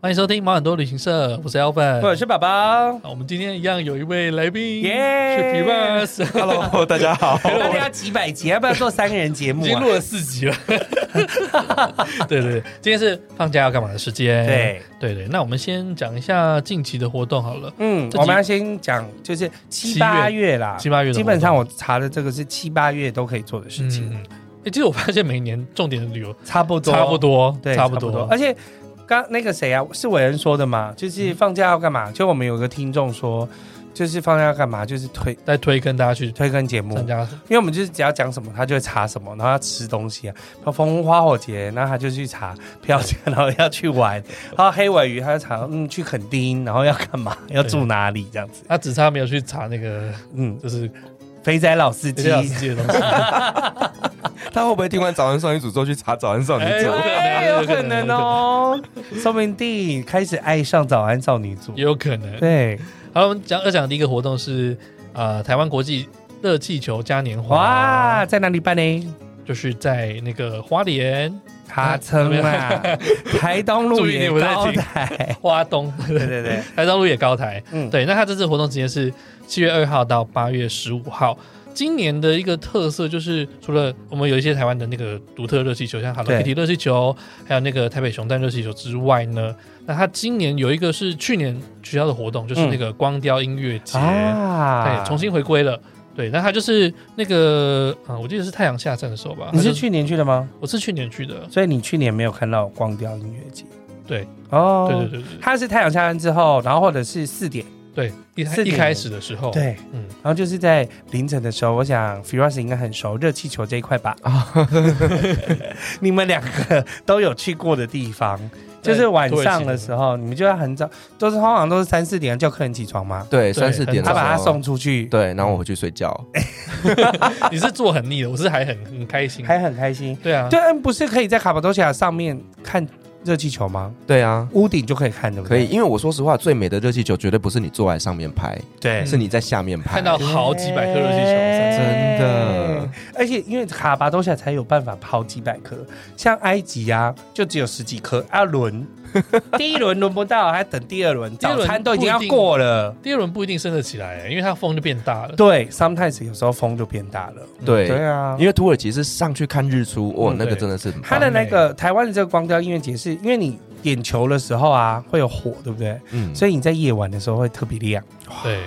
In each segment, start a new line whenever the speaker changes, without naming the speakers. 欢迎收听毛很多旅行社，我是 Alvin，
我是宝宝。
啊我们今天一样有一位来宾，
耶
是皮巴斯，
Hello，大家好。
到底要几百集？啊要不要做三个人节
已
目
经
啊
录？了四集了。 对对对，今天是放假要干嘛的时间？
对，
对对，那我们先讲一下近期的活动好了。
嗯，
这集
我们要先讲，就是七八月啦，
七八月的活动
基本上我查的这个是七八月都可以做的事情，
嗯，哎，其实我发现每年重点的旅游
差不多，
差不，多，
对，
差
差
不
不多。哎
多。
而且刚那个谁啊，是伟人说的嘛，就是
嗯
放假要干嘛？就我们有个听众说，就是放假要干嘛？就是推
再推跟大家去
推更节目，
参加，
因为我们就是只要讲什么，他就会查什么，然后要吃东西啊，然后红红花火节，然后他就去查票价，然后要去玩，然后黑尾鱼他就查，嗯，去垦丁，然后要干嘛，要住哪里这样子，
啊他只差没有去查那个
嗯，
就是
肥仔老司机
这，老司机的东西。
他会不会听完《早安少女诅咒》去查《早安少女
哎
诅咒》
哎，有可能哦，说不定开始爱上早安少女组，
也有可能。
对，
好，我们讲要讲的第一个活动是呃台湾国际热气球嘉年华，
哇，在哪里办呢？
就是在那个花莲、
他称啊，台东路也 高
注意你
台，
花东、
对对对，
台东路也高台。
嗯，
对，那它这次活动时间是七月二号到八月十五号。今年的一个特色就是，除了我们有一些台湾的那个独特热气球，像 Hello
对
Kitty 热气球，还有那个台北熊蛋热气球之外呢，那它今年有一个是去年取消的活动，就是那个光雕音乐节。
嗯啊
对，哎重新回归了。对，那他就是那个，嗯，我记得是太阳下山的时候吧。
你
它
是
就
去年去的吗？
我是去年去的。
所以你去年没有看到光雕音乐节？
对，
哦
对对对对
它是太阳下山之后，然后或者是四点，
对，一开
四
一
点
开始的时候，，
对，
嗯，
然后就是在凌晨的时候，我想 Firas 应该很熟热气球这一块吧？
啊
你们两个都有去过的地方，就是晚上的时候，你们就要很早，都是通常都是三四点叫客人起床嘛，
对，三四点的时
他
候。
把他送出去，
对，然后我回去睡觉。
你是做很腻的，我是还很很开心。
还很开心。
对啊，
对，嗯不是可以在卡巴多西亚上面看热气球吗？
对啊，
屋顶就可以看，对不
可
对？
以，，因为我说实话，最美的热气球绝对不是你坐在上面拍，
对
嗯
是你在下面拍。
看到好几百颗热气球，啊三
哎
十
真的。
而且因为卡巴多西亚才有办法抛几百颗，像埃及啊，就只有十几颗啊轮， 第一轮轮不到，还等第二轮，
第二轮
早餐都已经要过了。
第二轮不一定升得起来，因为它风就变大了。
对，sometimes 有时候风就变大了。对
对，
啊，因
因
为
为土耳其是上去看日出，哇，
嗯
那个
对
真的是很
它
棒。
的那个台湾的这个光雕音乐节是，因为你点球的时候啊会有火，对不对？
嗯，
所以你在夜晚的时候会特别亮，
对，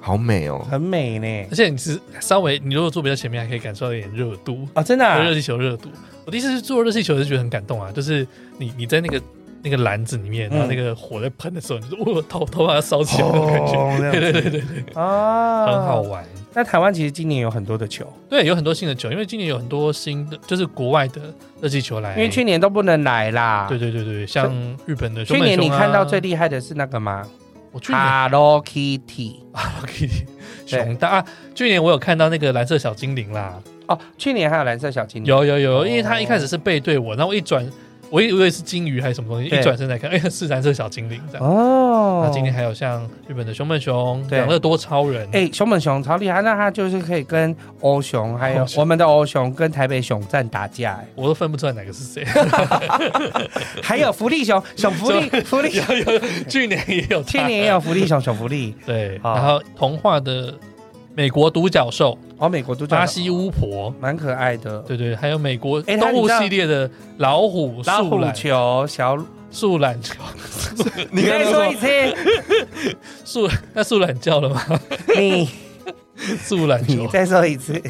好美哦。
很美呢
而。且你是稍微，你如果坐比较前面，还可以感受到一点热度，
啊，真 的啊
热气球热度。我第一次去做热气球就觉得很感动啊，就是你你在那个那个篮子里面，
嗯
然后那个火在喷的时候，你就我头头发要烧起来的感觉，
哦，
对
对
对对对对，
啊，
很好。玩。
那台湾其实今年有很多的球，
对，有很多新的球，因为今年有很多新的，就是国外的热气球来，
因为去年都不能来啦。
哎对对对对，像日本的
去
熊本
年你
熊啊
看到最厉害的是那个吗
我去年
？Hello Kitty。
Kitty
对
熊大啊，去年我有看到那个蓝色小精灵啦，
哦，去年还有蓝色小精灵。
有有有，
哦
因为他一开始是背对我，然后我一转，我以为是金鱼还是什么东西，
对
一转身来看，哎，是蓝色小精灵这样。
哦
那。啊今天还有像日本的熊本熊、
对
养乐多超人，
哎，熊本熊超厉害，那他就是可以跟欧熊，还有
欧熊
我们的欧熊跟台北熊站打架， 哎
我都分不出来哪个是 谁。
还有福利熊、熊福利、福 利熊，
去年也有他，
去年也有福利熊、熊福利，
对，
好
然后童话的美国独角兽、
哦，美国都叫
巴西巫婆，
蛮可爱的，
对对，还有美国
哎他
动物
你知道
系列的老虎、
老
树
虎
懒、
球、 小，
树懒、
你刚
再
刚
说一次，
树那树懒叫了 吗？
你
树懒
你
叫
再说一次，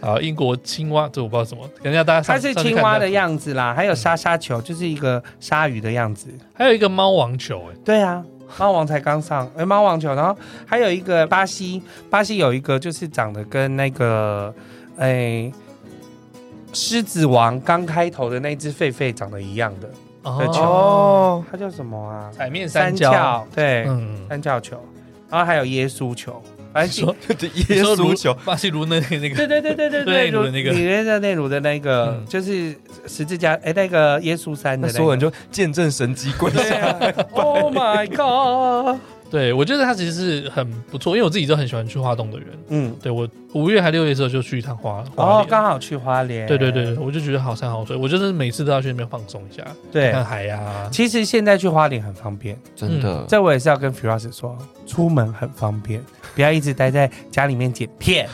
啊，英国青蛙，这我不知道什么，等一下大啊家上
它是
上去
青
看嗯
蛙
一下
的样子啦，还有沙沙球，就是一个鲨鱼的样子。
还有一个猫王球，哎，
对啊，猫王才刚上，哎、猫王球，然后还有一个巴西，巴西有一个就是长得跟那个，哎、狮子王刚开头的那只狒狒长得一样的，的球
哦，
它叫什么啊？
哎彩面
三
角，
角，对，
嗯，
三角球，然后还有耶稣球，反正。
说你
耶
说如
稣球，
巴西卢那那个
对对对对对
内
对，
鲁的那个
你那个内鲁的那个，
嗯
就是十字架，哎、那个耶稣山的、
那
那个，
所有人就见证神机关。
对啊，Oh my God！
对我觉得它其实是很不错，因为我自己就很喜欢去花东的人。
嗯，
对我五月还六月的时候就去一趟花花
哦，
莲
刚好去花莲，
对对对，我就觉得好山好水，我就是每次都要去那边放松一下，
对
看。海啊呀。
其实现在去花莲很方便，
真的，
这我也是要跟 Firas 说，出门很方便，不要一直待在家里面剪片。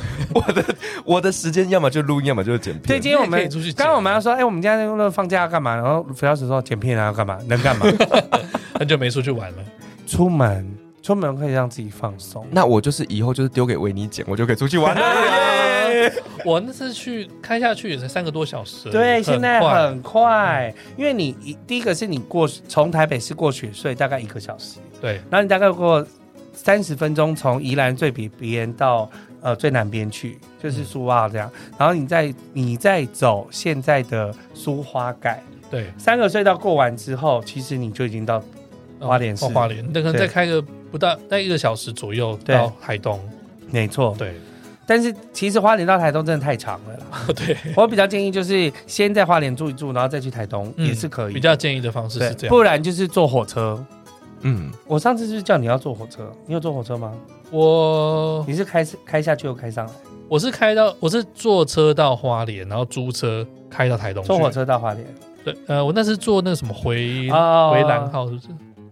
我的时间要么就录音，要么就是剪
对，
片。
今天我
你也可
们
以出去剪
刚刚我们要说，哎、我们家那个放假要干嘛？然后 Firas 说剪片啊要干嘛？能 干嘛？
很久没出去玩了，
出门，出门可以让自己放松。
那我就是以后就是丢给维尼剪，我就可以出去玩了。
我那次去开下去也才三个多小时而已，
对，
很
现在
快嗯
很快，因为你一第一个是你过从台北市过雪隧大概一个小时，
对
然后你大概过三十分钟从宜兰最北边到呃最南边去，就是苏澳这样，然后你再你再走现在的苏花改
对，
三个隧道过完之后，其实你就已经到
嗯
花莲市
哦花莲，那可能
对
再开个不到在一个小时左右
对
到台东，
没错，
对
但是其实花莲到台东真的太长了啦，
对，
我比较建议就是先在花莲住一住，然后再去台东、
嗯
也是可以，
比较建议的方式
对
是这样
不。然就是坐火车。
嗯，
我上次是不是叫你要坐火车，你有坐火车吗？
我
你是开开下去又开上来，
我是开到我是坐车到花莲，然后租车开到台东去。
坐火车到花莲
对，呃，我那是坐那个什么回、
哦
回蓝号，是不是？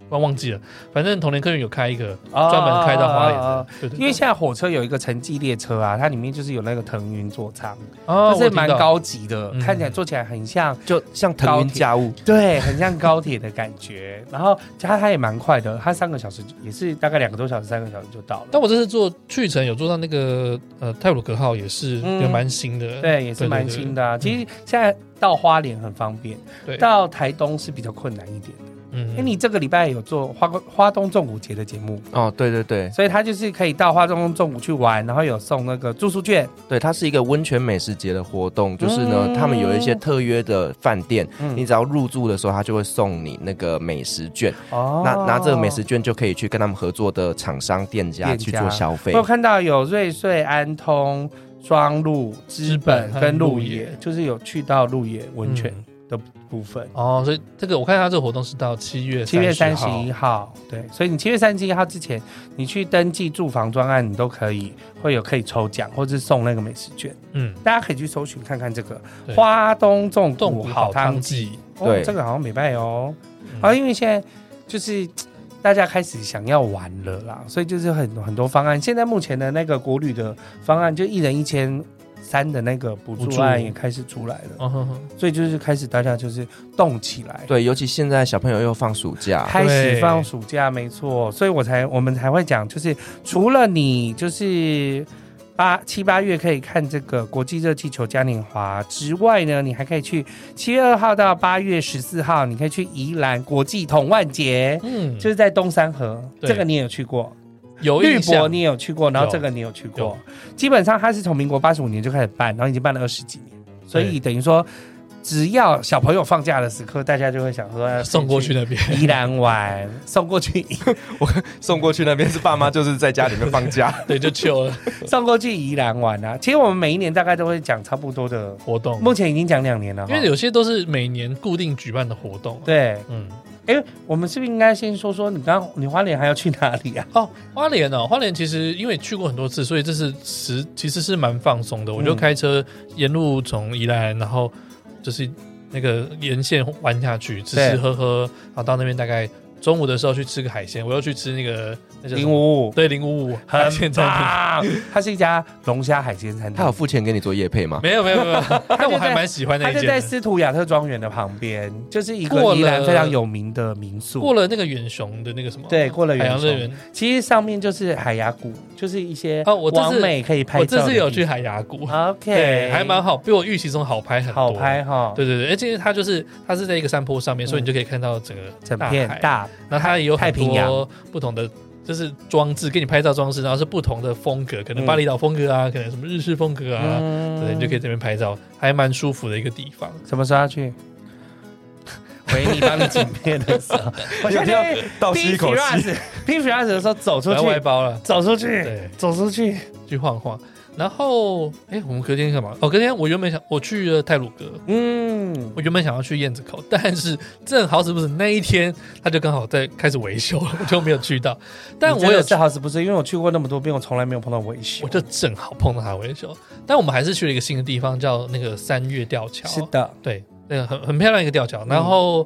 我忘记了，反正同联客运有开一个
哦
专门开到花莲的，
哦哦
对对
因为现在火车有一个城际列车啊，它里面就是有那个腾云座舱，
哦
就是蛮，
我
高级的，
嗯
看起来坐起来很像，
就像腾云驾雾，
对，很像高铁的感觉。然后它它也蛮快的，它三个小时也是大概两个多小时，三个小时就到
听到
了。
但我这次坐去程有坐到那个呃泰鲁格号，也是
嗯
也蛮新的，
对，也是蛮新的啊。其实现在到花莲很方便，
对，
到台东是比较困难一点。
嗯
哎、你这个礼拜有做花花东纵谷节的节目，
哦，对对对
所以他就是可以到花东纵谷去玩，然后有送那个住宿券，
对，它是一个温泉美食节的活动，就是呢，
嗯
他们有一些特约的饭店，
嗯
你只要入住的时候，他就会送你那个美食券，
哦
拿拿这个美食。券就可以去跟他们合作的厂商店家
店
去
家
做消费
我。有看到有瑞穗、安通、双鹿、知本跟鹿
知本和鹿
野
野，
就是有去到鹿野温泉
嗯
的部分。
哦，所以这个我看他这个活动是到七月
七月三
30
十
号
一号，对，所以你七月三十一号之前，你去登记住房专案，你都可以会有可以抽奖，或是送那个美食券，
嗯，
大家可以去搜寻看看这个
对
花东纵
动
谷
谷
好
好汤
汤剂。
剂，
哦
对，
这个好像没卖哦。
嗯
啊，因为现在就是大家开始想要玩了啦，所以就是很很多方案。现在目前的那个国旅的方案，就一人一千三的那个补
补
助
助
案也开始出来了，
哦呵呵
所以就是开始大家就是动起来。
对，尤其现在小朋友又放暑假，
开始放暑假，没错，所以我才我们才会讲，就是除了你就是八七八月可以看这个国际热气球嘉年华之外呢，你还可以去七月二号到八月十四号，你可以去宜兰国际童万节，
嗯，
就是在东山河，
对
这个你也有去过，
有
绿
印
博
象
你也有去过，然后
有
这个你有去过
有，
基本上它是从民国八十五年就开始办，然后已经办了二十几年，所以等于说。只要小朋友放假的时刻，大家就会想说哎
送过去那 边，
宜兰玩，送过 去，
送过去那边是爸妈就是在家里面放假，
对，就去了
送过去宜兰玩啊。其实我们每一年大概都会讲差不多的，
活动，
目前已经讲两年了哈
因。为有些都是每年固定举办的活动、，
对，
嗯，
哎，我们是不是应该先说说你刚你花莲还要去哪里啊？
哦，花莲哦，花莲其实因为去过很多次，所以这是实其实是蛮放松的。我
嗯
就开车沿路从宜兰，然后就是那个沿线玩下去，吃吃喝喝，然后到那边大概中午的时候去吃个海鲜，我又去吃那个那叫什
零
么
五五，
对零五五海鲜
很
餐
棒，它是一家龙虾海鲜餐
他有
厅，
付钱给你做夜配吗
厅，？没有没有没有， 但我还蛮喜欢那
它
一
就
间
在
的。
斯图亚特庄园的旁边，就是一
过
个
了
宜兰非常有名的民宿
过。了那个远雄的那个什么，
对，，过了
海
园
洋乐
区，
园，
其实上面就是海牙谷，就是一些
哦我这次
完美可以拍
我
照的地
这
方。
次有去海牙谷，
，OK，
对，还蛮好，比我预期中好拍很多。
好拍哈。
对对对，而且它就是它是在一个山坡上面，
嗯
所以你就可以看到整个
整
大
片
海。
大
那它也有
太
很
平洋
多不同的就是装置，给你拍照装置，然后是不同的风格，可能
嗯
巴厘岛风格啊，可能什么日式风格啊，
嗯
对，你就可以这边拍照，还蛮舒服的一个地方。
什么时候 要去？回你帮你剪片的时候， 我
有
相
听
信
到倒吸一口气，
P Rush，P Rush 的时候走
不
出
要外
去，
包了，
走出去，
对，
走出去，
去晃晃。然后，哎，我们隔天干嘛？哦，隔天我原本想我去了泰鲁阁，
嗯，
我原本想要去燕子口，但是正好是不是那一天他就刚好在开始维修了，我就没有去到。但
你
我
真的
有
是好死不是，因为我去过那么多遍，我从来没有碰到维修。
我就正好碰到他维修，但我们还是去了一个新的地方，叫那个三月吊桥。
是的，
对，那个很很漂亮一个吊桥。然后，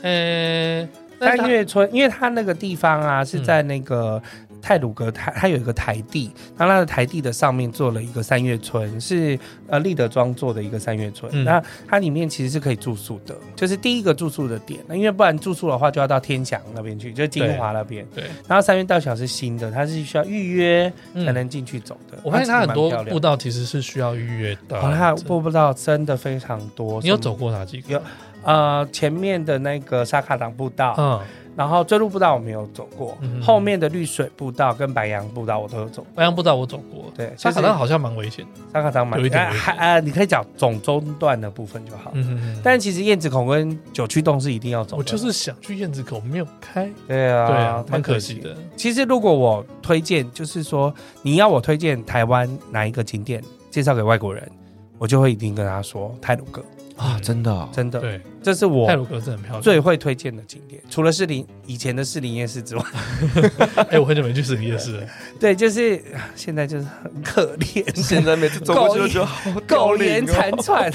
呃、但是它
三月村，因为它那个地
嗯
方啊是在那个泰鲁阁，它它有一个台地，然后它的台地的上面做了一个三月村，是呃立德庄做的一个三月村。
嗯
那它里面其实是可以住宿的，就是第一个住宿的点。那因为不然住宿的话就要到天祥那边去，就是金华那边。
对，
然后三月吊桥是新的，它是需要预约才能进去走的。
嗯我发现它很多
那其实蛮漂亮哦
步道其实是需要预约的。啊
好啦，步步道真的非常多。
你有
什么
走过哪几个？
有呃，前面的那个沙卡党步道，
嗯，
然后追路步道我没有走过，
嗯
后面的绿水步道跟白羊步道我都有走过。
白杨步道我走过，
对，
沙卡
就是
当好像蛮危险的。
沙卡党蛮
有一点
啊
危险
还啊，你可以讲总中段的部分就好。
嗯，
但其实燕子孔跟九曲洞是一定要走的。
我就是想去燕子口，没有开。
对啊，
对啊，
太
蛮可惜。的。
其实如果我推荐，就是说你要我推荐台湾哪一个景点介绍给外国人，我就会一定跟他说泰鲁阁，
啊，真的哦，
真的，
对，
这是我
泰鲁格真的很漂亮。
最会推荐的景点，除了士林以前的士林夜市之外，
哎，我很久没去士林夜 市了。
对，就是啊现在就是很可怜，
现在每次走过去就觉得好
苟
丢脸
延
哦
残喘，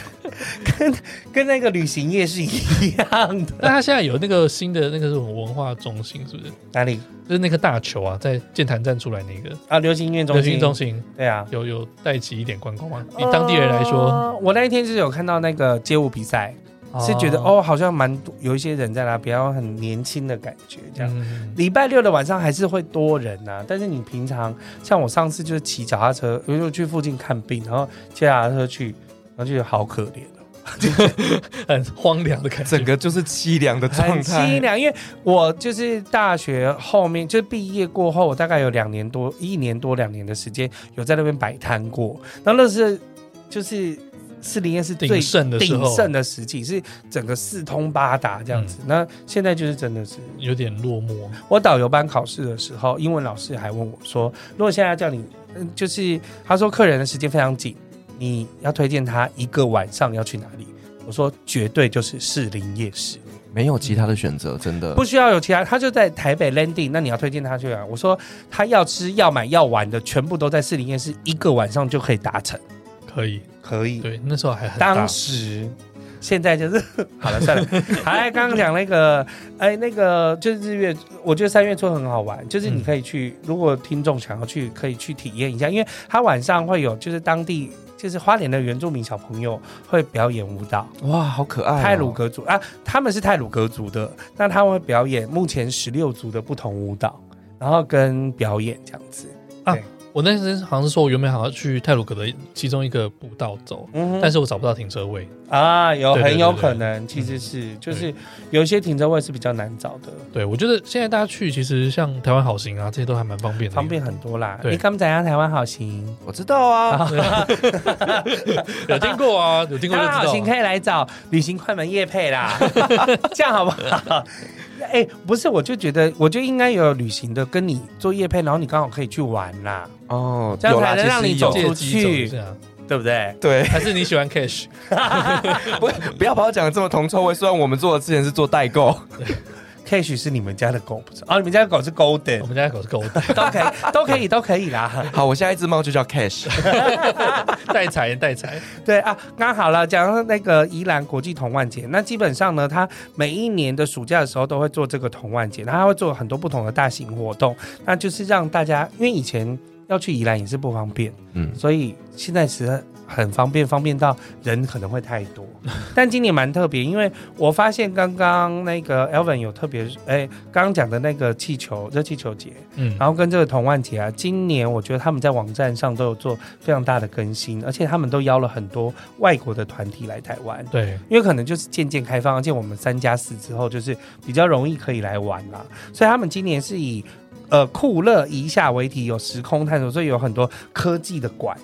跟跟那个旅行夜是一样的。
但它现在有那个新的那个是什么文化中心，是不是？
哪里
就是那个大球啊，在剑潭站出来那个
啊？流行音乐中
流
心，哦
行中心，
对啊。
有有带起一点观光吗？以当地人来说，
呃我那一天就是有看到那个街舞比赛，是觉得哦，好像蛮多有一些人在那边，然后很年轻的感觉这样。
嗯
礼拜六的晚上还是会多人呐、但是你平常像我上次就是骑脚踏车，我就去附近看病，然后骑脚踏车去，然后就觉得好可怜哦，
很荒凉的感觉
整。个就是凄凉的状
很凄
态。
凉。因为我就是大学后面，就是毕业过后，我大概有两年多、一年多、两年的时间有在那边摆摊过，然后那是就是。士林夜是最
鼎盛的时
鼎
候，
盛的时期，是整个四通八达这样子。
嗯
那现在就是真的是
有点落寞。
我导游班考试的时候，英文老师还问我说：“如果现在要叫你，嗯，就是他说客人的时间非常紧，你要推荐他一个晚上要去哪里？”我说：“绝对就是士林夜市，
没有其他的选择，真的
不需要有其他，他就在台北 landing。那你要推荐他去哪？”我说：“他要吃、要买、要玩的，全部都在士林夜市，一个晚上就可以达成，
可以，
可以。
对，那时候还很大
嗯当。时。”现在就是 好了，算了。还刚刚讲那个，哎，那个就是日月，我觉得三月春很好玩，就是你可以去，如果听众想要去，可以去体验一下，因为它晚上会有就是当地就是花莲的原住民小朋友会表演舞蹈，
哇，好可爱哦。
泰鲁格族啊，他们是泰鲁格族的，那他们会表演目前十六族的不同舞蹈，然后跟表演这样子。
我那时好像是说，我原本好像去泰鲁格的其中一个步道走，
嗯哼
但是我找不到停车位。
啊，有
对对对
很有
对嗯
可能其实是就是有一些停车位是比较难找的。
对，我觉得现在大家去，其实像台湾好行啊，这些都还蛮方便的。
方便很多啦。
对
你刚怎啊样？台湾好行，
我知道啊，
有听过啊，有听
台
过就
湾
知
好行
道
可
啊。
以来找旅行快门夜 配啦，这样好不好？哎、不是，我就觉得，我就应该有旅行的跟你做夜配，然后你刚好可以去玩啦，
哦，
这样
有
才
啦
能
其实
让你
有
走
借
出
机走一
去，
下，
对不对？
对，
还是你喜欢 cash？
不不要把我讲的这么铜臭味。虽然我们做的之前是做代购，
Cash 是你们家的狗，不是？哦，你们家的狗是 Golden，
我们家的狗是狗带
都可以，都可以，都可以啦。
好，我下一只猫就叫 Cash。
带财带财，
对啊，刚好了，讲到那个宜兰国际童万节，那基本上呢，它每一年的暑假的时候都会做这个童万节，它会做很多不同的大型活动，那就是让大家，因为以前要去宜兰也是不方便，
嗯，
所以现在其实很方便，方便到人可能会太多。但今年蛮特别，因为我发现刚刚那个 Elvin 有特别，哎，刚刚讲的那个气球热气球节，
嗯，
然后跟这个童万节啊，今年我觉得他们在网站上都有做非常大的更新，而且他们都邀了很多外国的团体来台湾，
对，
因为可能就是渐渐开放，而且我们三加四之后就是比较容易可以来玩啦，所以他们今年是以。呃，酷乐一下为题，有时空探索，所以有很多科技的馆，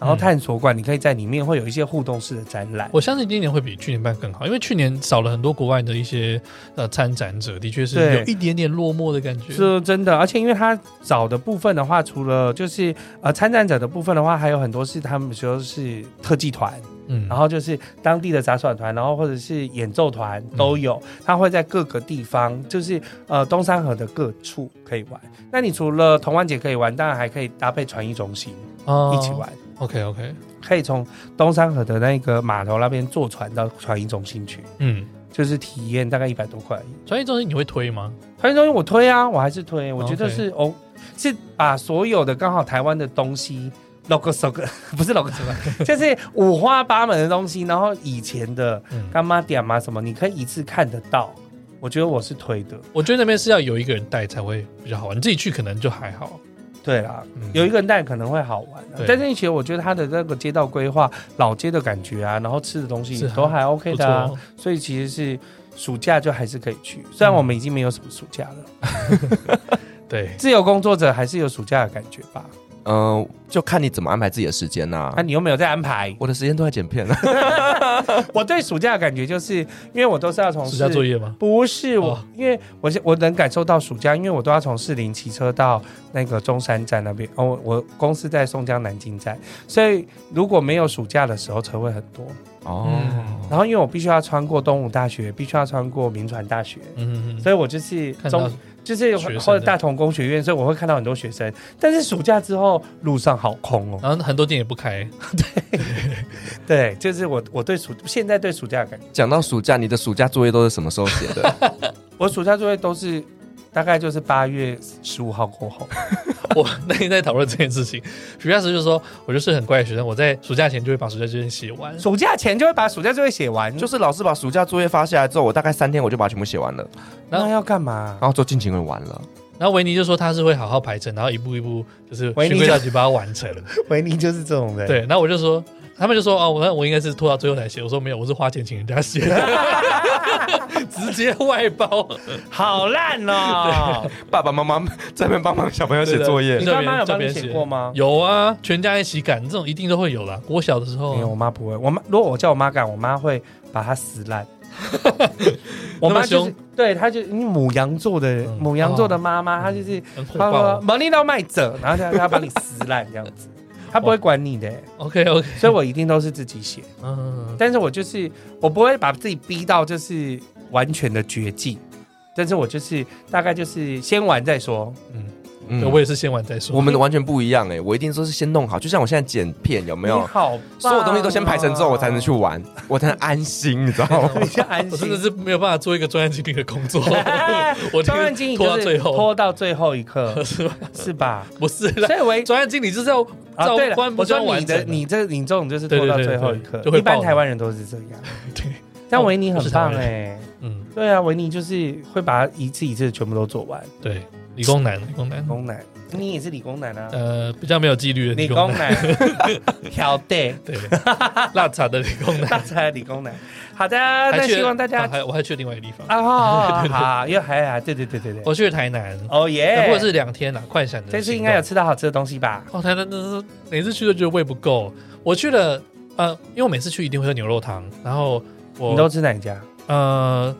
然后探索馆你可以在里面会有一些互动式的展览。
我相信今年会比去年办更好，因为去年少了很多国外的一些呃参展者，的确是
对
有一点点落寞的感觉。
是真的，而且因为它找的部分的话，除了就是呃参展者的部分的话，还有很多是他们说是特技团，
嗯，
然后就是当地的杂耍团，然后或者是演奏团都有，它会在各个地方，就是呃东山河的各处可以玩。那你除了童玩节可以玩，当然还可以搭配传艺中心
哦
一起玩，
OK OK，
可以从东山河的那个码头那边坐船到传艺中心去，
嗯，
就是体验大概一百多块而已。
专业中心你会推吗？
传艺中心我推啊，我还是推，我觉得是哦，是把所有的刚好台湾的东西。logo s o 不是 logo s o 就是五花八门的东西，然后以前的
嗯，
干妈点嘛什么，你可以一次看得到。我觉得我是推的，
我觉得那边是要有一个人带才会比较好玩，你自己去可能就还好。
对啦，
嗯
有一个人带可能会好玩、啊
对，
但是其实我觉得它的那个街道规划、老街的感觉啊，然后吃的东西
是啊
都还 OK
不
的、啊，
错，
所以其实是暑假就还是可以去。虽
嗯
然我们已经没有什么暑假了，
对，
自由工作者还是有暑假的感觉吧？
嗯，就看你怎么安排自己的时间啊呐
啊那、。你有没有在安排？
我的时间都在剪片了，
我对暑假的感觉就是，因为我都是要从
哦暑假作
业，
业吗？
不是我，
哦
因为我是我能感受到暑假，因为我都要从士林骑车到那个中山站那边。哦，我公司在松江南京站，所以如果没有暑假的时候，车会很多。
嗯
哦，
然后因为我必须要穿过东吴大学，必须要穿过民传大学，
嗯，
所以我就是
看到
中就是
学生的
或者大同工学院，所以我会看到很多学生。但是暑假之后路上好空哦。
然后很多店也不开，
对，就是我我对暑现在对暑假的感觉，
讲到暑假，你的暑假作业都是什么时候写 的？
我暑假作业都是大概就是八月十五号过 后。
我那天在讨论这件事情，许教师就说，我就是很乖的学生，我在暑假前就会把暑假作业写完。
暑假前就会把暑假作业写完，就
就是老师把暑假作业发下来之后，我大概三天我就把它全部写完了，
那
那要干嘛？
然后就尽情的玩了。
然后维尼就说他是会好好排程，然后一步一步就是
维尼
循规蹈矩把它完成。
维尼就是这种人，
对，然后我就说，他们就说哦，我那我应该是拖到最后才写。我说没有，我是花钱请人家写 的，直接外包。
好烂哦！
爸爸妈妈在那边帮忙小朋友写作业
对
你
对
爸妈有
叫
帮
别人
你写
写
过吗？
有啊，全家一起赶，这种一定都会有啦。我小的时
没有，
候啊
我妈不会。我妈如果我叫我妈干，我妈会把它撕烂。
那
我
么
妈就是
凶
对，她就因为母羊座的
嗯
母羊座的妈妈，她就是
很火
她
爆啊
说。玛丽到卖者，然后她她把你撕烂这样子，她不会管你的，
OK OK，
所以我一定都是自己写。
嗯，
但是我就是我不会把自己逼到就是完全的绝境，但是我就是大概就是先玩再说。
嗯
对我也是先玩再
我
说。
们完全不一样哎、我一定说是先弄好，就像我现在剪片有没
你
有？
好、哦
所有东西都先排成之后，我才能去，玩，我才能安心，你知道吗？
比较安
我真
心
的。是没有办法做一个专业经理的工作， 我
专案经理
拖到
就
最
是拖
后，
到最后一刻，
是吧？
是吧？
不是啦
所，以为
专案经理就是要
啊，
照
对了，
关不
我
专
说
完啊
你的
成。
你这你这种就是拖到
对对
最
对
后一
对
刻
就，会
一般
爆
台湾人都是这样。
对，
但维尼很棒
我不是台湾
哎，
嗯，
对啊，维尼就是会把它一次一次全部都做完。
对，理工男，理工男
理，工男，你也是理工男啊，
呃，比较没有纪律的
理
理
工
工男，
男， 挑对。
对， 辣茶的理工男。
大才理工男。好的，那
还去
希望大家
啊还我还去另外一个地方，
啊，好好，又还啊，对对对 对对，
我去台南，呃
哦耶，
或者是两天啦，快闪的行动。
这次应该有吃到好吃的东西吧？
哦，台南真的是每次去都觉得胃不够。我去了，呃，因为我每次去一定会喝牛肉汤，然后
你都
我
吃哪一家
呃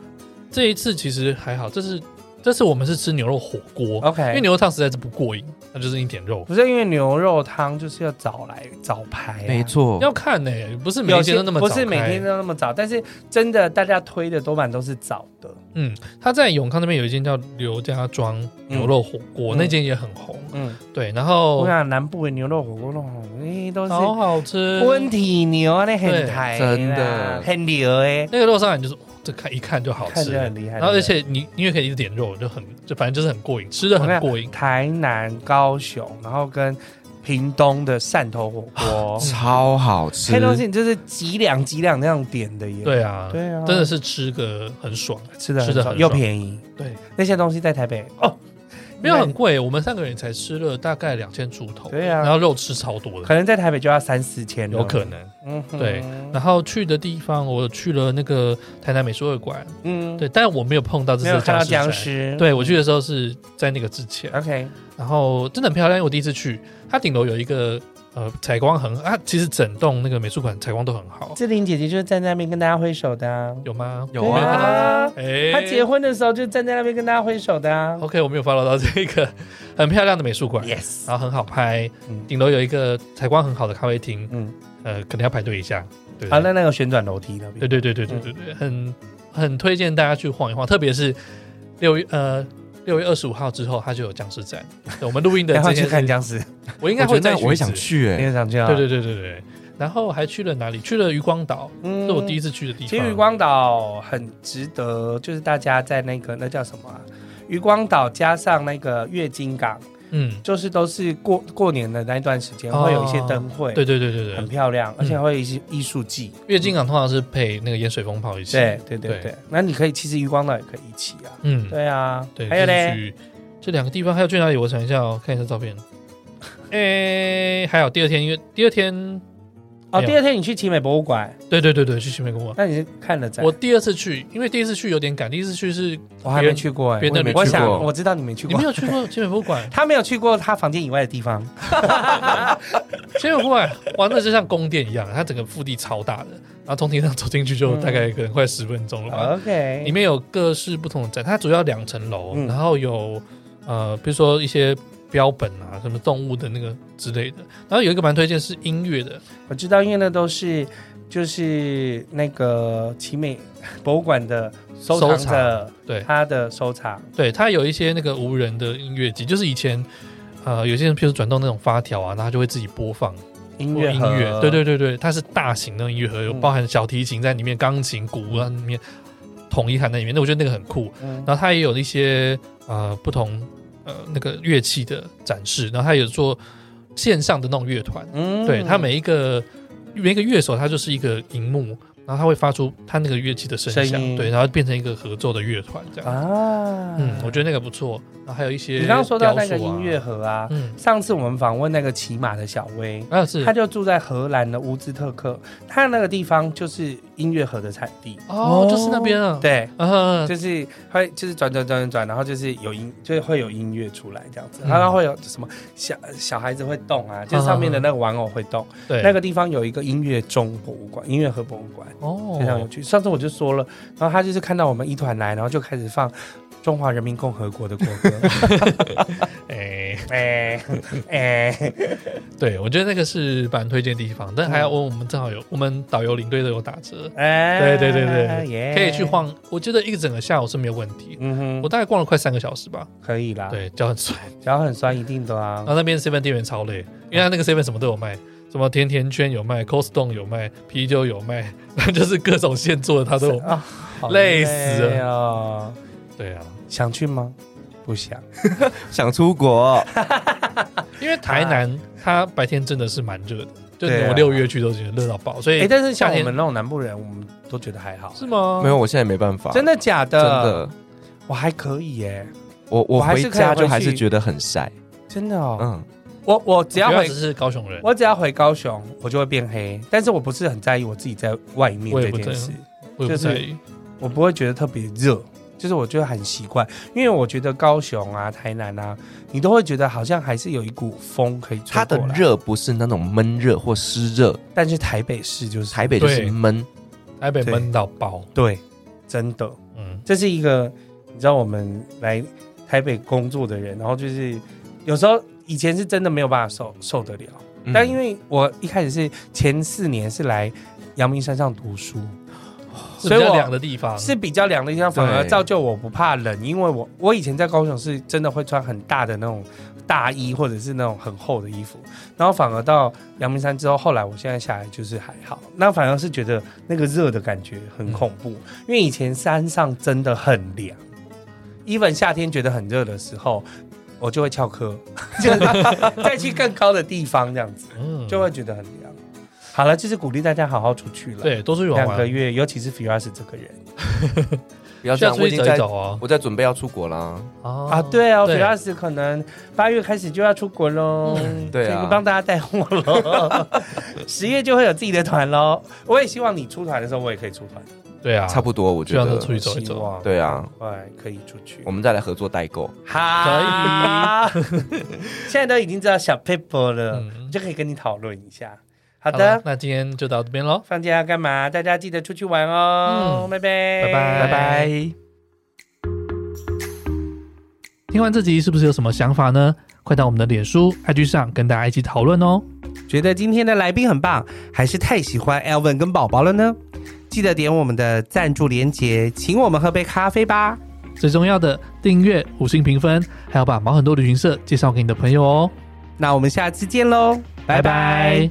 这一次其实还好，这是这次我们是吃牛肉火锅，因为
？OK，
牛肉汤实在是不过瘾，那就是一点肉。
不是因为牛肉汤就是要早来早排， 啊
没。错，
要看呢、不是每
有
一
些
天都那么
不
早
是每
开
天都那么早，但是真的大家推的多半都是早的。
嗯，他在永康那边有一间叫刘家庄牛肉火锅，
嗯
那间也很红。
嗯，
对，然
我
后
想南部的牛肉火锅那种，哎，都
好
是
好吃，
温体牛那很
对
台啦，
真的
很牛哎，
那个肉上来就是哦这看一看就好
看
吃，
着很厉害。
然后
对
而
不对
且你你也可以一直点肉，就很就反正就是很过瘾，吃的很过瘾。
台南、高雄，然后跟屏东的汕头火 锅，
超好吃
黑。东西就是几两几两那样点的耶。
对啊，
对啊，
真的是吃个很爽。
吃的
吃得很
很少，
爽
又便宜。
对，
那些东西在台北哦，
没有很贵，我们三个人才吃了大概两千出头，
对
然
啊，
后肉吃超多的，
可能在台北就要三四千了，
有可能。
嗯哼
对然后去的地方，我去了那个台南美术二馆，
嗯，
对，但我没有碰到这
没有
次
看到
的
僵
僵。
尸，
对我去的时候是在那个之前，
，OK，
然后真的很漂亮，因为我第一次去，它顶楼有一个呃采光很啊，其实整栋那个美术馆采光都很好，
志玲姐姐就是站在那边跟大家挥手的啊，
有吗？
有啊，
对啊。
哎
她结婚的时候就站在那边跟大家挥手的啊。
OK，我没有 follow 到这个很漂亮的美术馆
Yes，
然后很好拍
嗯，
顶楼有一个采光很好的咖啡厅，
嗯，
呃，可能要排队一下。对
好，那那个旋转楼梯那
对对
边，
对对对对对，很很推荐大家去晃一晃，特别是六月呃六月二十五号之后，它就有僵尸展。对我们录音的
然后
这
去
天，
看僵尸，
我应
我
该
觉
会
得
再
那
去
我会想
一次。
去
你
哎，
也想去啊？
对对对对对对，然后还去了哪里？去了渔光岛，
嗯
是我第一次去的地方。
其实渔光岛很值得，就是大家在那个那叫什么啊？渔光岛加上那个月经港，
嗯，
就是都是过过年的那一段时间
哦
会有一些灯会，
对对对对嗯
很
对，
漂亮，而且还会有一些艺术季。
月经港通常是配那个烟水风炮一起。
对对对
对
对，那你可以其实渔光岛也可以一起啊。
嗯，
对啊，
对，
还有
就是
嘞，
去这两个地方，还有去哪里？我想一下哦，看一下 照片。诶，还有第二天，因为第二天，
哦，
没有
第二天你去奇美博物馆，
对对对对，去新美跟我。
那你是看了展？
我第二次去，因为第一次去有点赶，第一次去是
我还没去过哎，
别人
别人
我
没去
想
过
我知道你没去
你
过，
没，有去过 清美博物馆
他没有去过他房间以外的地方。
清美博物馆玩的就像宫殿一样，它整个腹地超大的，然后从庭上走进去就
嗯
大概可能快十分钟了吧。
OK，
里面有各式不同的展，它主要两层楼，
嗯
然后有呃，比如说一些标本啊，什么动物的那个之类的。然后有一个蛮推荐是音乐的，
我知道，因为那都是就是那个奇美 博物馆的收藏
收
者
藏对
他的收藏，
对，它有一些那个无人的音乐机，就是以前呃有些人譬如转动那种发条啊，然后它就会自己播放
音
播
乐
音
盒
乐，对对对对，它是大型的音乐盒，有
嗯
包含小提琴在里面、钢琴、鼓啊里面，统一含在里面。那我觉得那个很酷。
嗯
然后它也有一些呃不同呃那个乐器的展示，然后它也有做线上的那种乐团。
嗯
对他每一个每一个乐手，他就是一个荧幕，然后他会发出他那个乐器的声
声
响，
音
对，然后变成一个合奏的乐团这样。
啊，
嗯，我觉得那个不错。然后还有一些
你刚刚说到那
雕
个
塑啊
音乐，盒啊，
嗯，
上次我们访问那个骑马的小薇。
还有是
他就住在荷兰的乌兹特克，他那个地方就是音乐盒的产地。
哦，就是那边啊，
哦对，
啊，
就是会就是转转转转转，然后就是有音，就是会有音乐出来这样子，
嗯
然后会有什么小小孩子会动啊，就是上面的那个玩偶会动。
对，
那个地方有一个音乐中博物馆，音乐盒博物馆非常有
哦，
趣。上次我就说了，然后他就是看到我们一团来，然后就开始放。中华人民共和国的国歌，
哎，
哎哎，
对，我觉得那个是蛮推荐的地方，但
嗯
还有哦我们正好有我们导游领队都有打折，
哎
对对对对，
耶
可以去。晃。我觉得一个整个下午是没有问题，
嗯
我
哼，
大概逛了快三个小时吧，
可以啦。
对，脚很酸。
脚很酸，一定的啊
然。后那边 seven 店员超累，因为他那个 seven 什么都有卖，什么甜甜圈有卖，Costco 有卖，啤酒有卖， 就是各种现做的他都有。
啊，好
累死了
累哦。
对啊，
想去吗？不想。
想出国，
因为台南它白天真的是蛮热的，就
啊对啊
我六月去都觉得热到爆，所以
哎、但是
夏
像我
天
们那种南部人，我们都觉得还好。
是吗？
没有，我现在没办法，
真的假的？
真，的，
我还可以耶、
我
我
我
还
回
是可以
家
回
就还是
去
觉得很晒，
真的哦。
嗯，
我我只要
不要
回
只是高雄人，
我只要回高雄，我就会变黑。但是我不是很在意我自己在外面
我
这
也不
件事，
我也不在意。
我不会觉得特别热，就是我觉得很习惯，因为我觉得高雄啊、台南啊，你都会觉得好像还是有一股风可以吹
它的
过来。
热不是那种闷热或湿热，
但是台北市就是
台北就是
对
闷，
台北闷到爆，
对，真的，
嗯，
这是一个你知道我们来台北工作的人，然后就是有时候以前是真的没有办法受受得了，
嗯
但因为我一开始是前四年是来阳明山上读书，
是
所以
比较
我
凉的地方，
是比较凉的地方，反而
对
造就我不怕冷，因为我我以前在高雄是真的会穿很大的那种大衣或者是那种很厚的衣服，然后反而到阳明山之后，后来我现在下来就是还好，那反而是觉得那个热的感觉很恐怖，因为以前山上真的很凉，even 夏天觉得很热的时候。我就会翘课， 就是再去更高的地方，这样子
嗯，
就会觉得很凉。好了，就是鼓励大家好好出去了。，
对，多出去玩
两个
玩，
月，尤其是 Firas 这个人，
不要
需
这
要
样，我
出
已
去走
经
一
在
走啊，
我在准备要出国啦，
啊
啊，对啊，
对
菲拉斯可能八月开始就要出国喽，
嗯
对啊
所以帮大家带货 喽。十月就会有自己的团喽。我也希望你出团的时候，我也可以出团。
对啊，
差不多，我觉
就让他出
得。
去走一
希
走。
望
对啊，
快可以出去
我。们再来合作代购。
好， 现在都已经知道小 paper 了，
嗯
我就可以跟你讨论一下。好
好
的，
了那今天就到这边喽。
放假要干嘛？大家记得出去玩哦，
嗯
拜拜，
拜拜
拜拜。
听完这集是不是有什么想法呢？快到我们的脸书、IG 上跟大家一起讨论哦。
觉得今天的来宾很棒，还是太喜欢 Elvin 跟宝宝了呢？记得点我们的赞助连结，请我们喝杯咖啡吧。
最重要的，订阅、五星评分，还要把毛很多旅行社介绍给你的朋友哦。
那我们下次见喽，拜拜